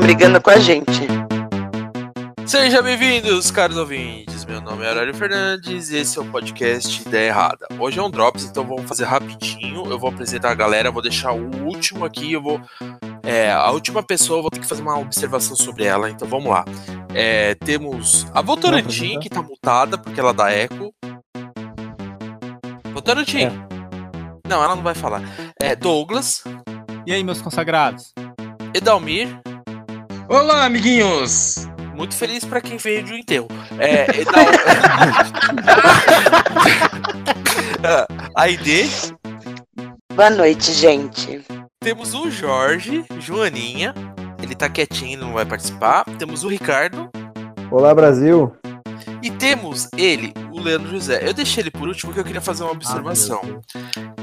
brigando com a gente. Sejam bem-vindos, caros ouvintes. Meu nome é Horário Fernandes e esse é o podcast Ideia Errada. Hoje é um Drops, então vamos fazer rapidinho. Eu vou apresentar a galera, vou deixar o último aqui, eu vou. É, a última pessoa, eu vou ter que fazer uma observação sobre ela, então vamos lá. É, temos a Votorantim, que tá mutada porque ela dá eco. Votorantim! É. Não, ela não vai falar. É, Douglas, E aí, meus consagrados? Edalmir. Olá, amiguinhos! Muito feliz pra quem veio de um enterro. É, então... Aide, Boa noite, gente. temos o Jorge, Joaninha. Ele tá quietinho, não vai participar. Temos o Ricardo. Olá, Brasil. E temos ele, o Leandro José. Eu deixei ele por último porque eu queria fazer uma observação.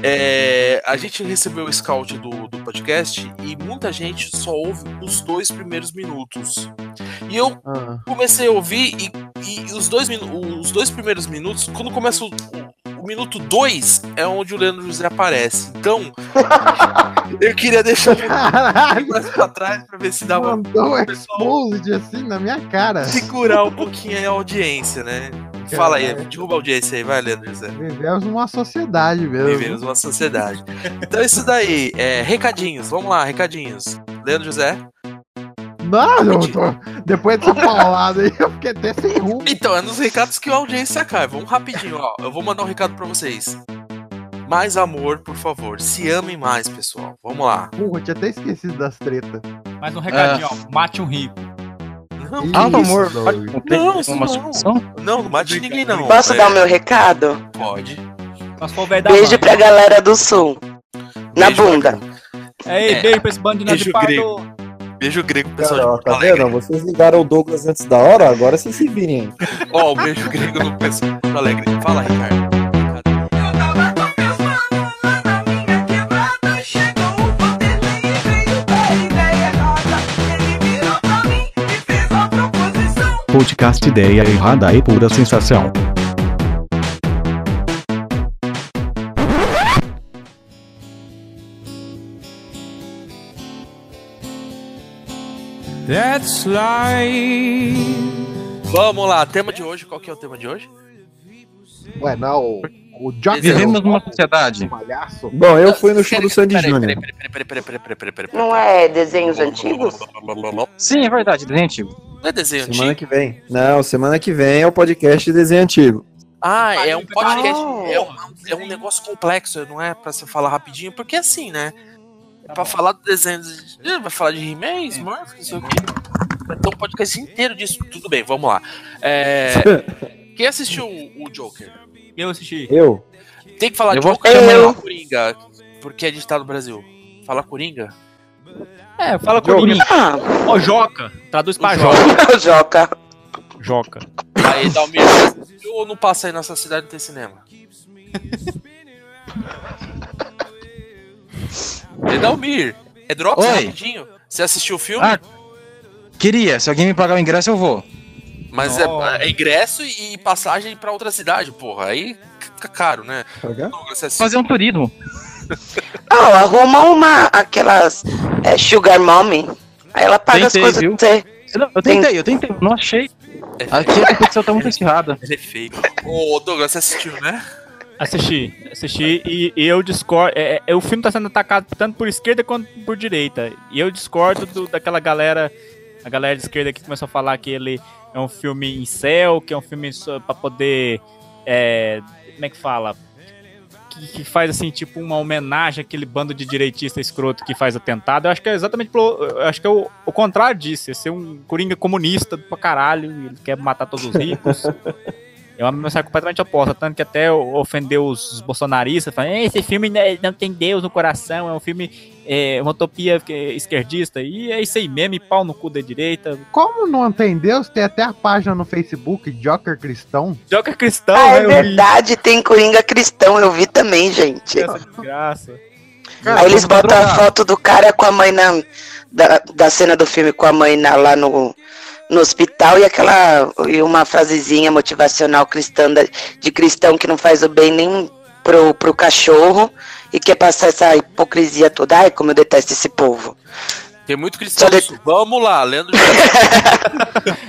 É, a gente recebeu o scout do, do podcast e muita gente só ouve os dois primeiros minutos. E eu Ah, comecei a ouvir e, e os, dois, minu- os dois primeiros minutos, quando começa o, o- o minuto 2, é onde o Leandro José aparece. Então, eu queria deixar o minuto Caralho, mais pra trás pra ver se Tá dá uma. mandou um o pessoal exposed assim na minha cara. segurar um pouquinho a audiência, né? Fala aí, derruba a audiência aí, vai, Leandro José. Vivemos numa sociedade mesmo. Vivemos uma sociedade. Então, isso daí, é, recadinhos, vamos lá, recadinhos. Leandro José. Não, eu tô... depois dessa paulada aí, eu fiquei até sem rumo. Então, é nos recados que a audiência cai. Vamos rapidinho, ó. Eu vou mandar um recado pra vocês. Mais amor, por favor. Se amem mais, pessoal. Vamos lá. Porra, eu tinha até esquecido das tretas. Mais um recadinho, ó. Mate um rico. Não, Ah, que isso? amor. Não, isso não. Não, não bate ninguém, não. Posso É, dar o meu recado? Pode. Nós for o velho da Beijo van. pra galera do Sul. Na Beijo pra bunda. Ei, É. beijo pra esse bando de Beijo nós pardo. grego. Beijo grego, pessoal. cara, ó, de Porto tá Alegre. vendo? Vocês ligaram o Douglas antes da hora, agora vocês se virem. hein? Ó, o beijo grego no pessoal de Porto Alegre. Fala, Ricardo. Podcast Ideia Errada e Pura Sensação. Vamos lá, tema de hoje. Qual que é o tema de hoje? Ué, não, o, o Joker. é um Vivemos é o- numa sociedade. o Malhaço. Bom, eu fui no show do Sandy Peraí, Júnior. Peraí, peraí, peraí, peraí, peraí, peraí, peraí, peraí. Não é desenhos antigos? Sim, é verdade, gente. Não é desenho Semana antigo? que vem. Não, semana que vem é o podcast de desenho antigo. Ah, é um podcast. Ah. É um, é um negócio complexo, não é pra você falar rapidinho, porque assim, né? É pra falar do desenho. de- Vai falar de He-Man, Smurfs, não sei o quê. Vai ter um podcast inteiro disso. Tudo bem, vamos lá. É, Quem assistiu o o Joker? Eu assisti. Eu? Tem que falar Eu de vou Joker chamar ou eu. falar Coringa? Porque é ditado no Brasil. Fala Coringa? É, fala com o Ah, Ô, Joca. Traduz pra O Joca. Joca. Joca. Aí, Dalmir, você assistiu ou não passa aí na sua cidade não tem cinema? E Dalmir, é Drops Oi. rapidinho? Você assistiu o filme? Ah, Queria, se alguém me pagar o ingresso, eu vou. Mas é, Nossa. é ingresso e passagem pra outra cidade, porra. Aí fica caro, né? Pagar? Douglas, você assistiu? Fazer um turismo. Ah, arruma uma, aquelas é, sugar mommy. Aí ela paga Tentei, as coisas viu? pra você. Eu, não- eu tentei, eu tentei, eu não achei. Aqui a competição tá muito acirrada. Ele é feio. Ô, Douglas, você assistiu, né? Assisti. Assisti e, e eu discordo. é, é, o filme tá sendo atacado tanto por esquerda quanto por direita. E eu discordo do- daquela galera. A galera de esquerda que começou a falar que ele é um filme em céu, que é um filme só pra poder. é, como é que fala? Que, que faz assim, tipo, uma homenagem àquele bando de direitista escroto que faz atentado. Eu acho que é exatamente pelo. eu acho que é o, o contrário disso. É ser um coringa comunista pra caralho, e ele quer matar todos os ricos. É uma mensagem completamente oposta, tanto que até ofendeu os bolsonaristas, falando, "Eh, esse filme né, não tem Deus no coração, é um filme, é, uma utopia que- esquerdista, e é isso aí mesmo, e pau no cu da direita. Como não tem Deus, tem até a página no Facebook, Joker Cristão. Joga cristão, Ah, é né, eu vi. verdade, tem Coringa Cristão, eu vi também, gente. Essa desgraça. Ah, Aí eles botam a Droga. foto do cara com a mãe na. Da, da cena do filme com a mãe na- lá no, no hospital e aquela. E uma frasezinha motivacional cristã da- de cristão que não faz o bem nem pro, pro cachorro e quer passar essa hipocrisia toda. Ai, como eu detesto esse povo. Tem muito cristão. Só de- isso. Vamos lá, Leandro.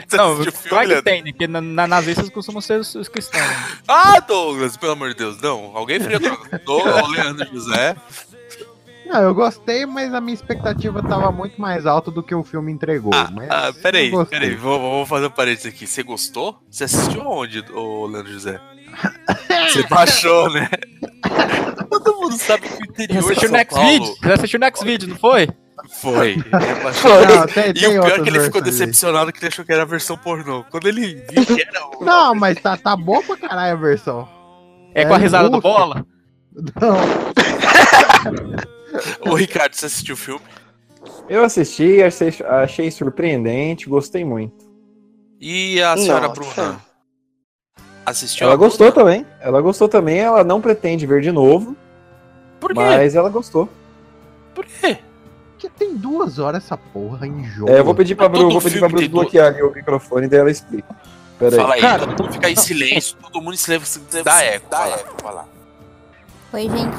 Você Não, assistiu o filme, claro que Leandro? tem, né? Porque na, na, nazistas costumam ser os, os cristãos. né? Ah, Douglas, pelo amor de Deus, não. Alguém fria Douglas, Leandro José. Não, eu gostei, mas a minha expectativa tava muito mais alta do que o filme entregou. mas Ah, peraí, eu gostei. peraí, vou, vou fazer um parênteses aqui. Você gostou? Você assistiu aonde, ô Leandro José? Você baixou, né? Todo mundo sabe que o Você interior de assistiu o São Next Video? Paulo Você assistiu o Next Video, não foi? foi. Ele baixou. Foi. Não, tem- E o tem pior é outras que ele ficou versões aí. decepcionado que ele achou que era a versão pornô. Quando ele viu que era o... Não, mas tá, tá boa pra caralho a versão. É, com a É, risada do justo. Bola? Não, Ô, Ricardo, você assistiu o filme? Eu assisti, achei, achei surpreendente, gostei muito. E a senhora Nossa. Bruna? Assistiu? Ela a Bruna? gostou também. Ela gostou também, ela não pretende ver de novo, Por quê? mas ela gostou. Por quê? que tem duas horas essa porra em jogo. É, eu vou pedir pra Mas Bru, todo vou pedir pra filme Bru tem duas. bloquear ali o microfone dela explica. Pera aí. Fala aí, Cara, todo mundo fica em silêncio, todo mundo em silêncio. Dá eco, dá eco, fala. Oi, gente.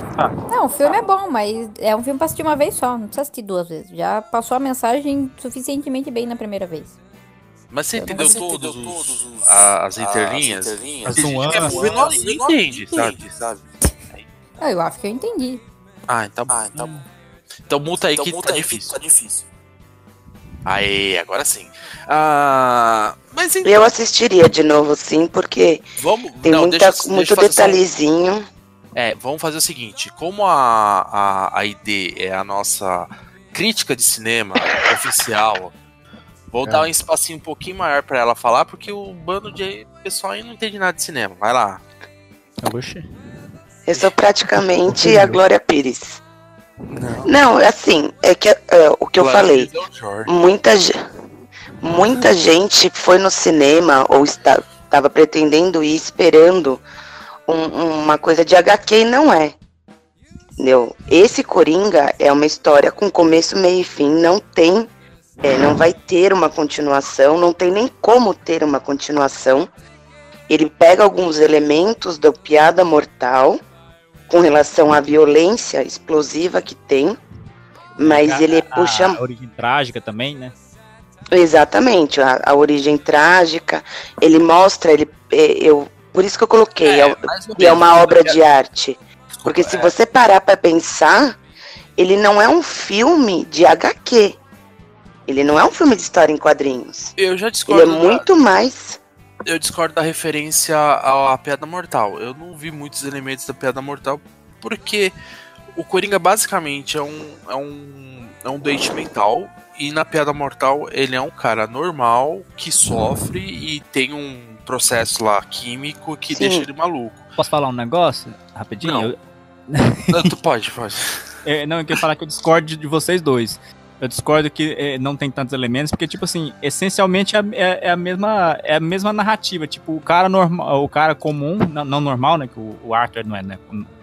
Não, o filme é bom, mas é um filme pra assistir uma vez só. Não precisa assistir duas vezes. Já passou a mensagem suficientemente bem na primeira vez. Mas você Eu não entendeu consigo todos, entender os, a- as interlinhas? As interlinhas. É, As nuances. não entende, sabe? Ah, Eu acho que eu entendi. Ah, então, ah, então, então multa aí que tá difícil. Aí, agora sim. Ah, mas então, Eu assistiria de novo, sim, porque vamos... tem não, muita, deixa eu- muito deixa eu fazer só- detalhezinho. É, vamos fazer o seguinte: como a, a, a ID é a nossa crítica de cinema oficial, vou dar um espacinho um pouquinho maior pra ela falar, porque o bando de pessoal aí não entende nada de cinema. Vai lá. Oxi. Eu sou praticamente a Glória Pires. Não, assim, é que é, o que eu Claro, falei. esse é o Jorge. muita, ge- muita gente foi no cinema ou estava pretendendo ir esperando um- uma coisa de HQ e não é. Entendeu? Esse Coringa é uma história com começo, meio e fim, não tem, é, não vai ter uma continuação, não tem nem como ter uma continuação. Ele pega alguns elementos da piada mortal com relação à violência explosiva que tem, mas A- ele é a- puxa A origem trágica também, né? Exatamente, a, a origem trágica, ele mostra, ele, é, eu, por isso que eu coloquei, é, É, mais ou que é menos, uma né? obra de arte. Desculpa, Porque se é. você parar pra pensar, ele não é um filme de HQ. Ele não é um filme de história em quadrinhos. Eu já Ele discordo. é da- muito mais. Eu discordo da referência à, à Piada Mortal. Eu não vi muitos elementos da Piada Mortal, porque o Coringa basicamente é um, é um, é um doente mental. E na Piada Mortal ele é um cara normal que sofre e tem um processo lá químico que Sim. deixa ele maluco. Posso falar um negócio? Rapidinho? Não. Eu- Não, tu pode, pode. É, não, eu queria falar que eu discordo de- de vocês dois. Eu discordo que é, não tem tantos elementos, porque, tipo assim, essencialmente é, é- é a, mesma, é a mesma narrativa. Tipo, o cara normal, o cara comum, não, não normal, né? Que o, o Arthur não é né,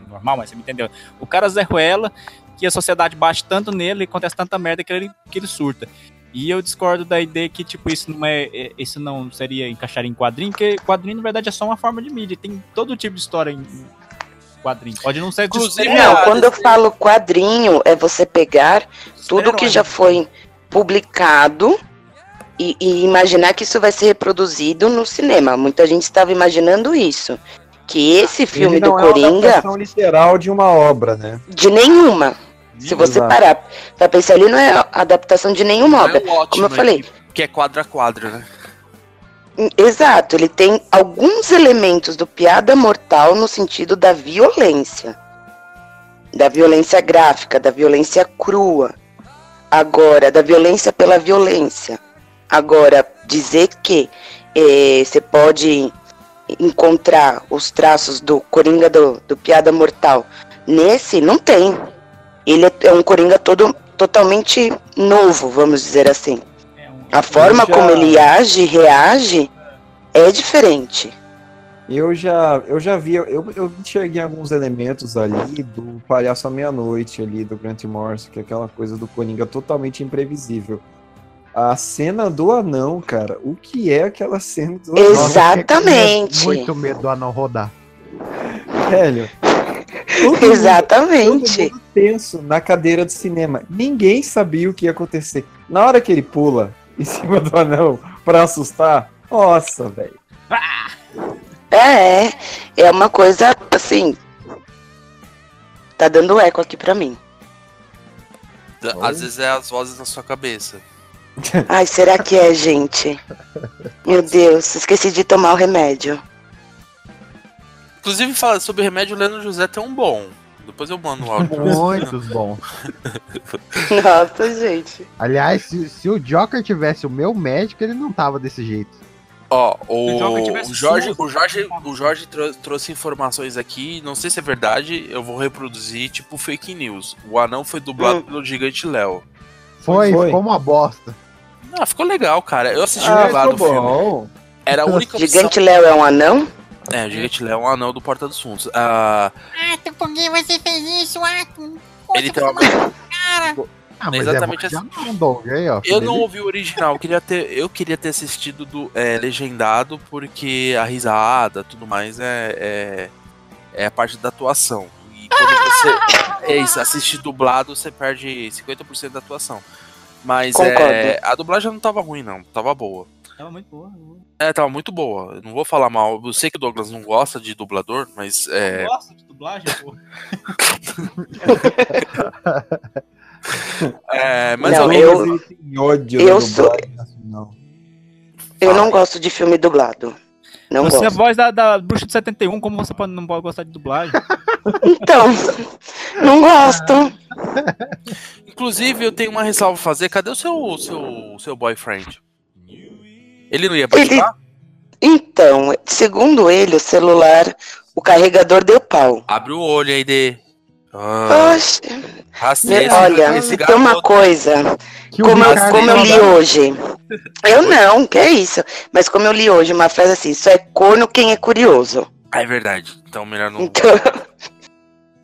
normal, mas você me entendeu. O cara Zé Ruela, que a sociedade bate tanto nele e acontece tanta merda que ele, que ele surta. E eu discordo da ideia que, tipo, isso não é. é- Isso não seria encaixar em quadrinho, porque quadrinho, na verdade, é só uma forma de mídia. Tem todo tipo de história em em quadrinho. Pode não ser de Inclusive, super- Não, quando eu falo quadrinho, é você pegar é tudo que super-herói. já foi publicado e, e imaginar que isso vai ser reproduzido no cinema. Muita gente estava imaginando isso. Que esse filme do É Coringa, adaptação literal de uma obra, né? de nenhuma. Se você Exato. parar pra pensar, ele não é a adaptação de nenhuma Não obra. é o Watchmen, Como eu falei, Que é quadra a quadra, né? exato, ele tem alguns elementos do piada mortal no sentido da violência. Da violência gráfica, da violência crua. Agora, da violência pela violência. Agora, dizer que eh, você pode encontrar os traços do Coringa do, do Piada Mortal nesse, não tem. Ele é- é um Coringa todo totalmente novo, vamos dizer assim. É um- A forma já- como ele age, reage, é diferente. Eu já, eu já vi, eu, eu enxerguei alguns elementos ali do Palhaço à Meia-Noite, ali do Grant Morrison, que é aquela coisa do Coringa totalmente imprevisível. A cena do anão, cara, o que é aquela cena do anão, Nossa, eu fiquei com medo- Exatamente. Muito medo do anão rodar. velho? Todo mundo- Exatamente. Todo mundo tenso na cadeira do cinema. Ninguém sabia o que ia acontecer. Na hora que ele pula em cima do anão pra assustar, nossa, velho. É, é. É uma coisa, assim. Tá dando eco aqui pra mim. Às vezes é as vozes na sua cabeça. Ai, será que é, gente? Meu Deus, esqueci de tomar o remédio. Inclusive, fala sobre remédio, o Leandro José tem um bom. Depois eu mando um áudio. Muitos bons. Nossa, gente. Aliás, se, se o Joker tivesse o meu médico, ele não tava desse jeito. Ó, Se o Joker o, tivesse o Jorge, surdo, o Jorge, o Jorge tro- trouxe informações aqui, não sei se é verdade, eu vou reproduzir tipo fake news. O anão foi dublado Hum. pelo Gigante Léo. Foi, Foi. ficou uma bosta. Ah, ficou legal, cara. Eu assisti Ah, gravado o ficou filme. bom. Era a única opção- Gigante Léo é um anão? É, o Gigante Léo é um anão do Porta dos Fundos. Ah, Ato, por que você fez isso, Ato? ele tem uma... Ah, Exatamente assim. é bom, já não, Doug, aí, ó. Eu não ouvi o original, eu queria ter, eu queria ter assistido do, é, legendado, porque a risada tudo mais é, é, é a parte da atuação. E quando você é isso, assiste dublado, você perde 50% da atuação. Mas é, Concordo. a dublagem não tava ruim, não, tava boa. Tava muito boa. né? É, tava muito boa. Eu não vou falar mal. Eu sei que o Douglas não gosta de dublador, mas é, Gosta de dublagem, pô. é, mas Não, ó, eu- Ele tem ódio eu da sou- dublagem nacional. Eu não gosto de filme dublado. Não Você é a gosto. voz da, da Bruxa de 71, como você pode, não pode gostar de dublagem? Então, não gosto. Inclusive, eu tenho uma ressalva a fazer. Cadê o seu, seu, seu boyfriend? Ele não ia participar? Então, segundo ele, o celular, o carregador deu pau. Abre o olho aí, Dê. Ah, Oxe, racista, olha, esse tem uma garoto. coisa. Que o Como eu, Ricardo como eu não li dá- hoje. Eu não, que é isso. Mas como eu li hoje, uma frase assim, só é corno quem é curioso. Ah, é verdade. Então, melhor não. Então.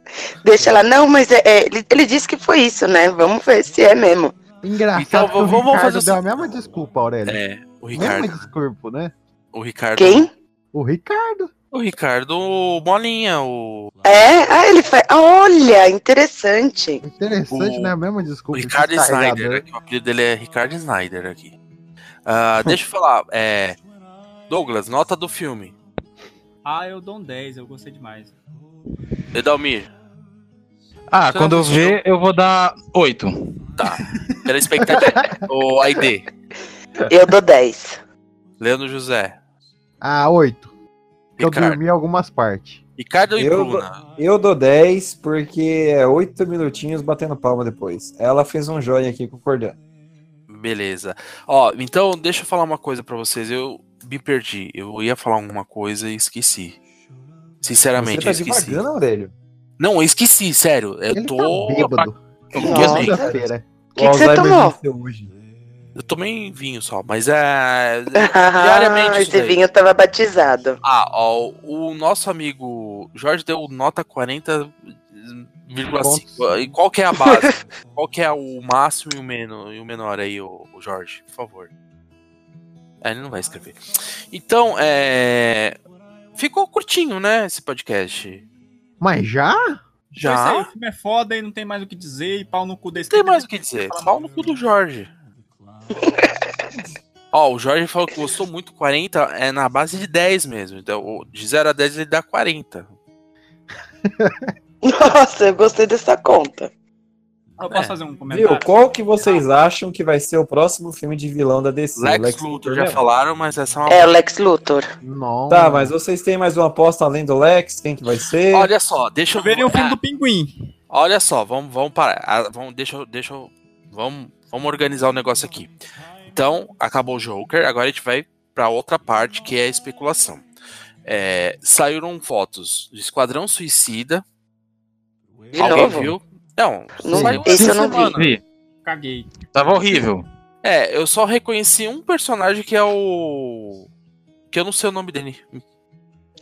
Deixa ela, não, mas é- é, ele, ele disse que foi isso, né? Vamos ver se é mesmo. Engraçado Então, que o vamos- vamos fazer Ricardo o deu a mesma desculpa, Aurélio. É, o mesma Ricardo. desculpa, né? O Ricardo. Quem? O Ricardo. O Ricardo Bolinha, o. É? Ah, ele faz. Ah, Olha, interessante. Interessante, O- né? A mesma o desculpa. né? Ricardo esse Snyder. carregador. aqui, o apelido dele é Ricardo Snyder aqui. Ah, deixa eu falar. É. Douglas, nota do filme. ah, eu dou um 10, eu gostei demais. Edalmir, Ah, Você quando não eu ver, eu vou dar 8. pela expectativa. o Aide. Eu dou 10. Leandro José. Ah, oito. Que eu Ricardo. dormi algumas partes. Ricardo e Eu Bruna. Eu dou 10 porque é 8 minutinhos batendo palma depois. Ela fez um joinha aqui concordando. Beleza. Ó, então deixa eu falar uma coisa pra vocês. Eu me perdi. Eu ia falar alguma coisa e esqueci. Você Sinceramente, tá eu esqueci. devagando, Aurélio? Não, eu esqueci, sério. Eu Ele tô. tá bêbado. eu, Nossa. tomei- Segunda-feira. O que que você Alzheimer tomou? venceu hoje. eu tomei vinho só, mas é. Diariamente Ah, isso esse daí. vinho tava batizado. Ah, ó, o nosso amigo Jorge deu nota 40,5. E Qual que é a base? Qual que é o máximo e o, meno, e o menor aí, o, Jorge? Por favor. É, ele não vai escrever. Então, é. Ficou curtinho, né, esse podcast? Mas já? Então é Já. isso aí, o filme é foda e não tem mais o que dizer, e pau no cu desse Não tem mais o que dizer. Pau no cu do Jorge. Ó, o Jorge falou que gostou muito, 40 é na base de 10 mesmo. Então, o- de 0 a 10 ele dá 40. Nossa, eu gostei dessa conta. Eu posso É. fazer um comentário? Viu? Qual que vocês acham que vai ser o próximo filme de vilão da DC? Lex, Luthor já mesmo? falaram, mas essa é uma. É o Lex Luthor. Não. Tá, mas vocês têm mais uma aposta além do Lex? Quem que vai ser? Olha só, deixa eu Eu veria o filme Ah, do Pinguim. Olha só, vamos, vamos parar. Ah, vamos, deixa, eu- deixa eu. Vamos, vamos organizar o negócio aqui. Então, acabou o Joker, agora a gente vai pra outra parte que é a especulação. É, saíram fotos do Esquadrão Suicida. De Alguém novo? viu? Não, Não, saiu esse essa eu não vi. semana. Caguei. Tava horrível. É, eu só reconheci um personagem que é o. Que eu não sei o nome dele.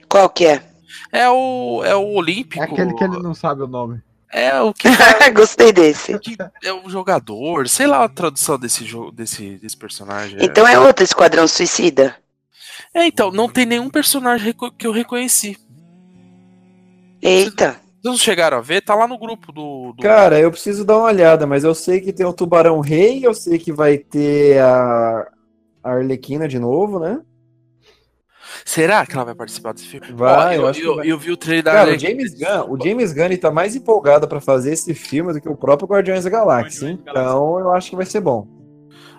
Qual que é? É o. É o Olímpico. É aquele que ele não sabe o nome. É o que gostei desse. é o jogador, sei lá a tradução desse jogo, desse, desse personagem. é. Então é outro Esquadrão Suicida? É, então, não tem nenhum personagem reco- que eu reconheci. Eita. Vocês não chegaram a ver? Tá lá no grupo do. do- Cara, eu preciso dar uma olhada, mas eu sei que tem o Tubarão Rei, eu sei que vai ter a, a Arlequina de novo, né? Será que ela vai participar desse filme? Ó, Vai, eu eu, acho que eu- vai. eu vi o trailer da Cara, o Arlequina. James Gunn, o James Gunn ele tá mais empolgado pra fazer esse filme do que o próprio Guardiões da Galáxia, Guardiões da Galáxia. então eu acho que vai ser bom.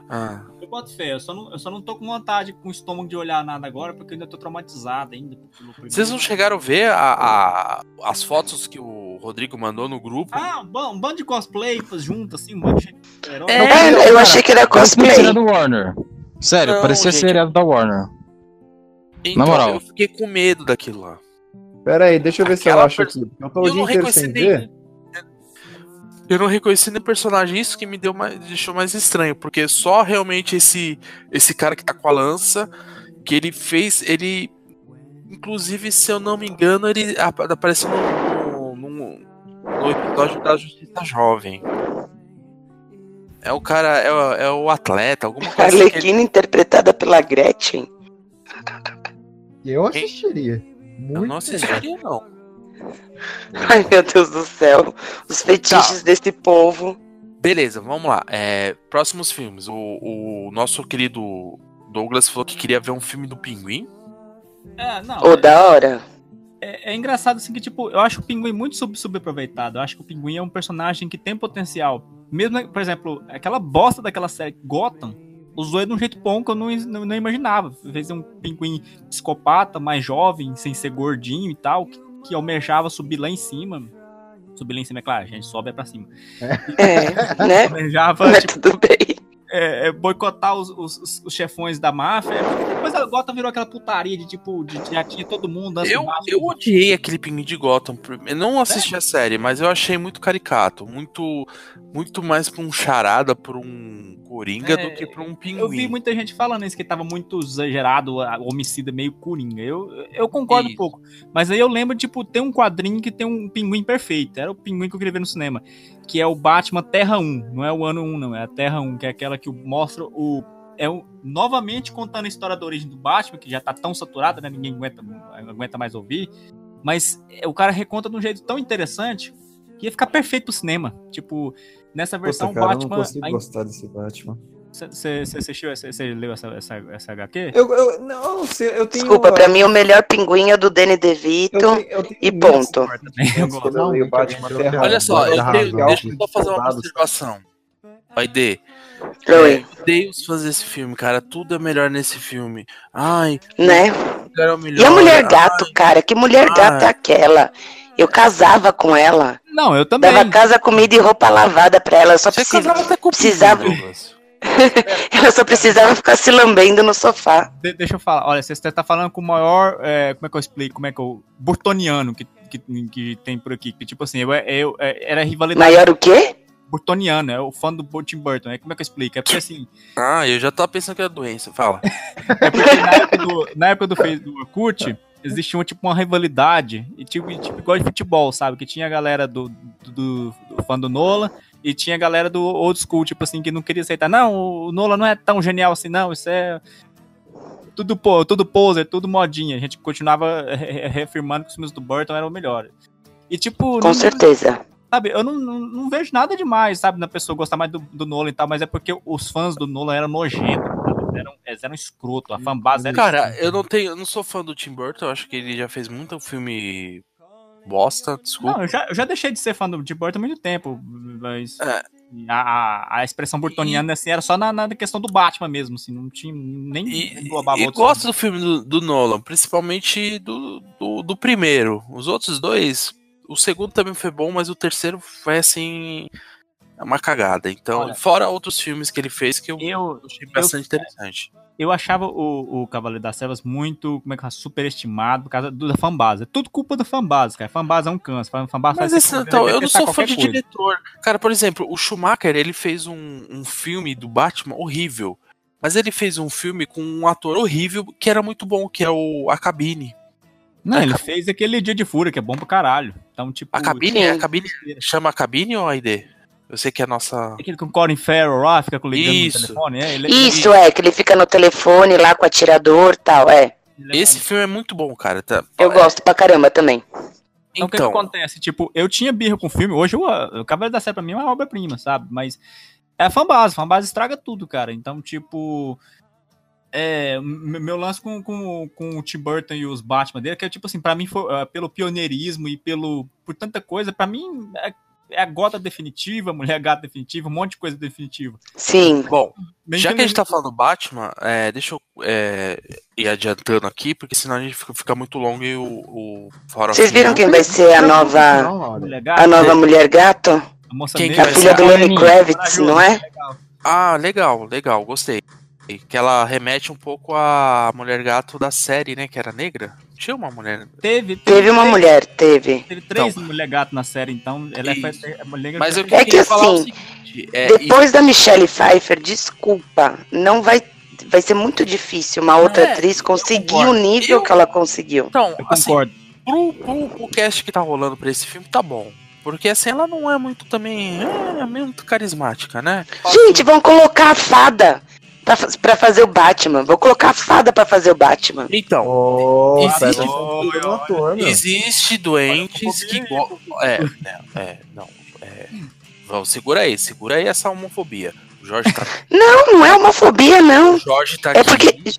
Ah, Eu boto fé, eu só, não, eu só não tô com vontade, com o estômago de olhar nada agora, porque eu ainda tô traumatizado ainda. pelo primeiro. vocês não chegaram a ver a- a- as fotos que o Rodrigo mandou no grupo? Ah, um ban- um bando de cosplay junto, assim, um monte de herói. É, É, eu achei que era Mentira cosplay. do Warner. Sério, Não, parecia gente. seriado da Warner. Então, moral. eu fiquei com medo daquilo lá. Pera aí, deixa eu ver se eu Aquela acho pers- aqui. Eu tô o eu dia não inteiro sem reconheci ver. nem. Eu não reconheci nem personagem, isso que me deu mais, deixou mais estranho, porque só realmente esse esse cara que tá com a lança, que ele fez, ele inclusive, se eu não me engano, ele apa- apareceu no, no, no episódio da Justiça Jovem. É o cara, é, o- é o atleta, alguma coisa assim que ele- Arlequina interpretada pela Gretchen. Eu assistiria. Muito Eu não assistiria, não. Ai, meu Deus do céu. Os fetiches desse povo. Beleza, vamos lá. É, próximos filmes. O, o nosso querido Douglas falou que queria ver um filme do Pinguim. É, não, Ô, é- da hora. é, é engraçado assim que, tipo, eu acho o pinguim muito sub subaproveitado. Eu acho que o pinguim é um personagem que tem potencial. Mesmo, né, por exemplo, aquela bosta daquela série Gotham usou ele de um jeito bom que eu não, não, não imaginava. Fez um pinguim psicopata, mais jovem, sem ser gordinho e tal, que, que almejava subir lá em cima. Subir lá em cima, é claro, a gente sobe é pra cima. É, né? Almejava, Mas tudo bem. é, é, boicotar os, os- os- os chefões da máfia. porque Depois a Gotham virou aquela putaria de tipo, de, já tinha todo mundo. antes Eu, do máfia. eu odiei aquele Pinguim de Gotham. Eu não assisti a série, mas eu achei muito caricato. Muito muito mais pra um charada, pra um coringa, É, do que pra um pinguim. Eu vi muita gente falando isso, que tava muito exagerado, a- o homicida meio coringa. Eu, eu concordo um Isso. pouco. Mas aí eu lembro, tipo, tem um quadrinho que tem um pinguim perfeito. Era o pinguim que eu queria ver no cinema. Que é o Batman Terra 1. Não é o ano 1, não. É a Terra 1, que é aquela que mostra o. É o, novamente contando a história da origem do Batman, que já tá tão saturada, né? Ninguém aguenta, aguenta mais ouvir. Mas é, o cara reconta de um jeito tão interessante que ia ficar perfeito pro cinema. Tipo, nessa versão Poxa, cara, eu não Batman. consigo ainda- gostar desse Batman. você assistiu, você leu essa, essa, essa HQ? Eu, eu- não, eu sei, eu tenho... Desculpa, pra mim o melhor pinguim é o do Danny eu DeVito. tenho- eu tenho E muitos ponto. momentos quando eu leio Batman Olha Terra Olha só, eu Terra tenho- Legal, deixa eu só fazer uma soldados. observação. Vai É, ter. Oi, Dei os fãs desse filme, cara. Tudo é melhor nesse filme. Ai, né? era o E melhor. a mulher gato, cara? Que mulher Ah. gato é aquela? Eu casava com ela. Não, eu também. Dava casa, comida e roupa lavada pra ela. Eu só, Você precis- casava até com o Pinguim, precisava- Douglas. ela só precisava ficar se lambendo no sofá. De- deixa eu falar. Olha, você está falando com o maior. é, como é que eu explico? Como é que eu. Burtoniano que, que, que tem por aqui. Que, tipo assim, eu, eu, é, era rivalidade Maior o quê? burtoniana. É o fã do Tim Burton. É, como é que eu explico? É porque assim. Ah, eu já tava pensando que era doença. Fala. É porque na época do, na época do, Face- do Orkut, existia uma, tipo, uma rivalidade, e tipo, e, tipo igual de futebol, sabe? Que tinha a galera do, do, do- do fã do Nola e tinha a galera do old school, tipo assim, que não queria aceitar. Não, o Nola não é tão genial assim, não, isso é. Tudo, po- tudo poser, tudo modinha. A gente continuava re- re- reafirmando que os filmes do Burton eram o melhor. E tipo, Com um não- certeza. sabe, eu não, não, não vejo nada demais, sabe, na pessoa gostar mais do, do Nolan e tal, mas é porque os fãs do Nolan eram nojentos, sabe? Eles eram, eles eram escroto, a fanbase era Cara, eu não tenho. Eu não sou fã do Tim Burton, eu acho que ele já fez muito filme bosta, desculpa. Não, eu já, eu já deixei de ser fã do, de Burton há muito tempo, mas É. a, a- a expressão burtoniana assim, era só na, na questão do Batman mesmo, assim, não tinha nem E, englobava e outros. gosto do filme do, do Nolan, principalmente do, do, do primeiro. Os outros dois, o segundo também foi bom, mas o terceiro foi assim. Uma cagada. Então, Olha. fora outros filmes que ele fez que eu, Eu, achei bastante interessante. eu achava o, o Cavaleiro das Trevas muito, como é que fala, superestimado por causa do, da fanbase. É tudo culpa do fanbase, cara. Fanbase é um câncer. fan- Fanbase Mas faz esse, você então, eu não detestar sou fã qualquer de coisa. diretor. Cara, por exemplo, o Schumacher, ele fez um, um filme do Batman horrível. Mas ele fez um filme com um ator horrível que era muito bom, que é o A Cabine. Não, ele fez aquele Dia de Fúria, que é bom pra caralho. Então, tipo... A Cabine? Hum, sim. A Cabine? Chama A Cabine ou a ID? Eu sei que é a nossa... Aquele com o Colin Farrell lá, fica ligando Isso. no telefone. É, ele, Isso é, que ele fica no telefone lá com o atirador e tal, é. ele- ele- Esse filme é muito bom, cara. Tá- Eu gosto pra caramba também. Então, o que, que Então. acontece? Tipo, eu tinha birra com o filme, hoje eu, o Cavaleiro da Série pra mim é uma obra-prima, sabe? Mas é a fanbase, a fanbase estraga tudo, cara. Então, tipo. É, m- meu lance com, com, com o Tim Burton e os Batman dele, que é tipo assim, pra mim, foi, ah, pelo pioneirismo e pelo por tanta coisa, pra mim é, é a gota definitiva, a mulher gata definitiva, um monte de coisa definitiva. Sim, Bom, Bem já que a gente tá não- falando do Batman, é, deixa eu é, ir adiantando aqui, porque senão a gente fica, fica muito longo e o, o Farofinha- vocês viram quem vai ser É a nova, Não, olha. mulher gata, a nova mulher gato? a moça Quem que é A negra, vai filha ser? do Lenny Olha, Kravitz, não é? legal. Ah, legal, legal, gostei. Que ela remete um pouco à mulher gato da série, né? Que era negra. Tinha uma mulher. Teve, Teve uma teve- mulher, teve. Teve três mulher gato na série, então ela Isso. é, fe- é mulher Mas eu gato. queria É que falar o assim, seguinte. É, Depois da Michelle Pfeiffer, desculpa, não vai, vai ser muito difícil uma outra É, atriz conseguir o concordo. nível Eu- que ela conseguiu. então, Eu assim, concordo. pro, pro, pro cast que tá rolando pra esse filme, tá bom. Porque assim, ela não é muito também. É, é muito carismática, né? Gente, vão colocar a fada pra, fa- pra fazer o Batman. Vou colocar a fada pra fazer o Batman. Então, Oh, Existe- cara, eu sou um ator, meu. Existe doentes que go- é, é, é, não, é. Vamos, segura aí, segura aí essa homofobia. O Jorge tá, Não, não é homofobia, o não. Jorge tá É aqui. porque.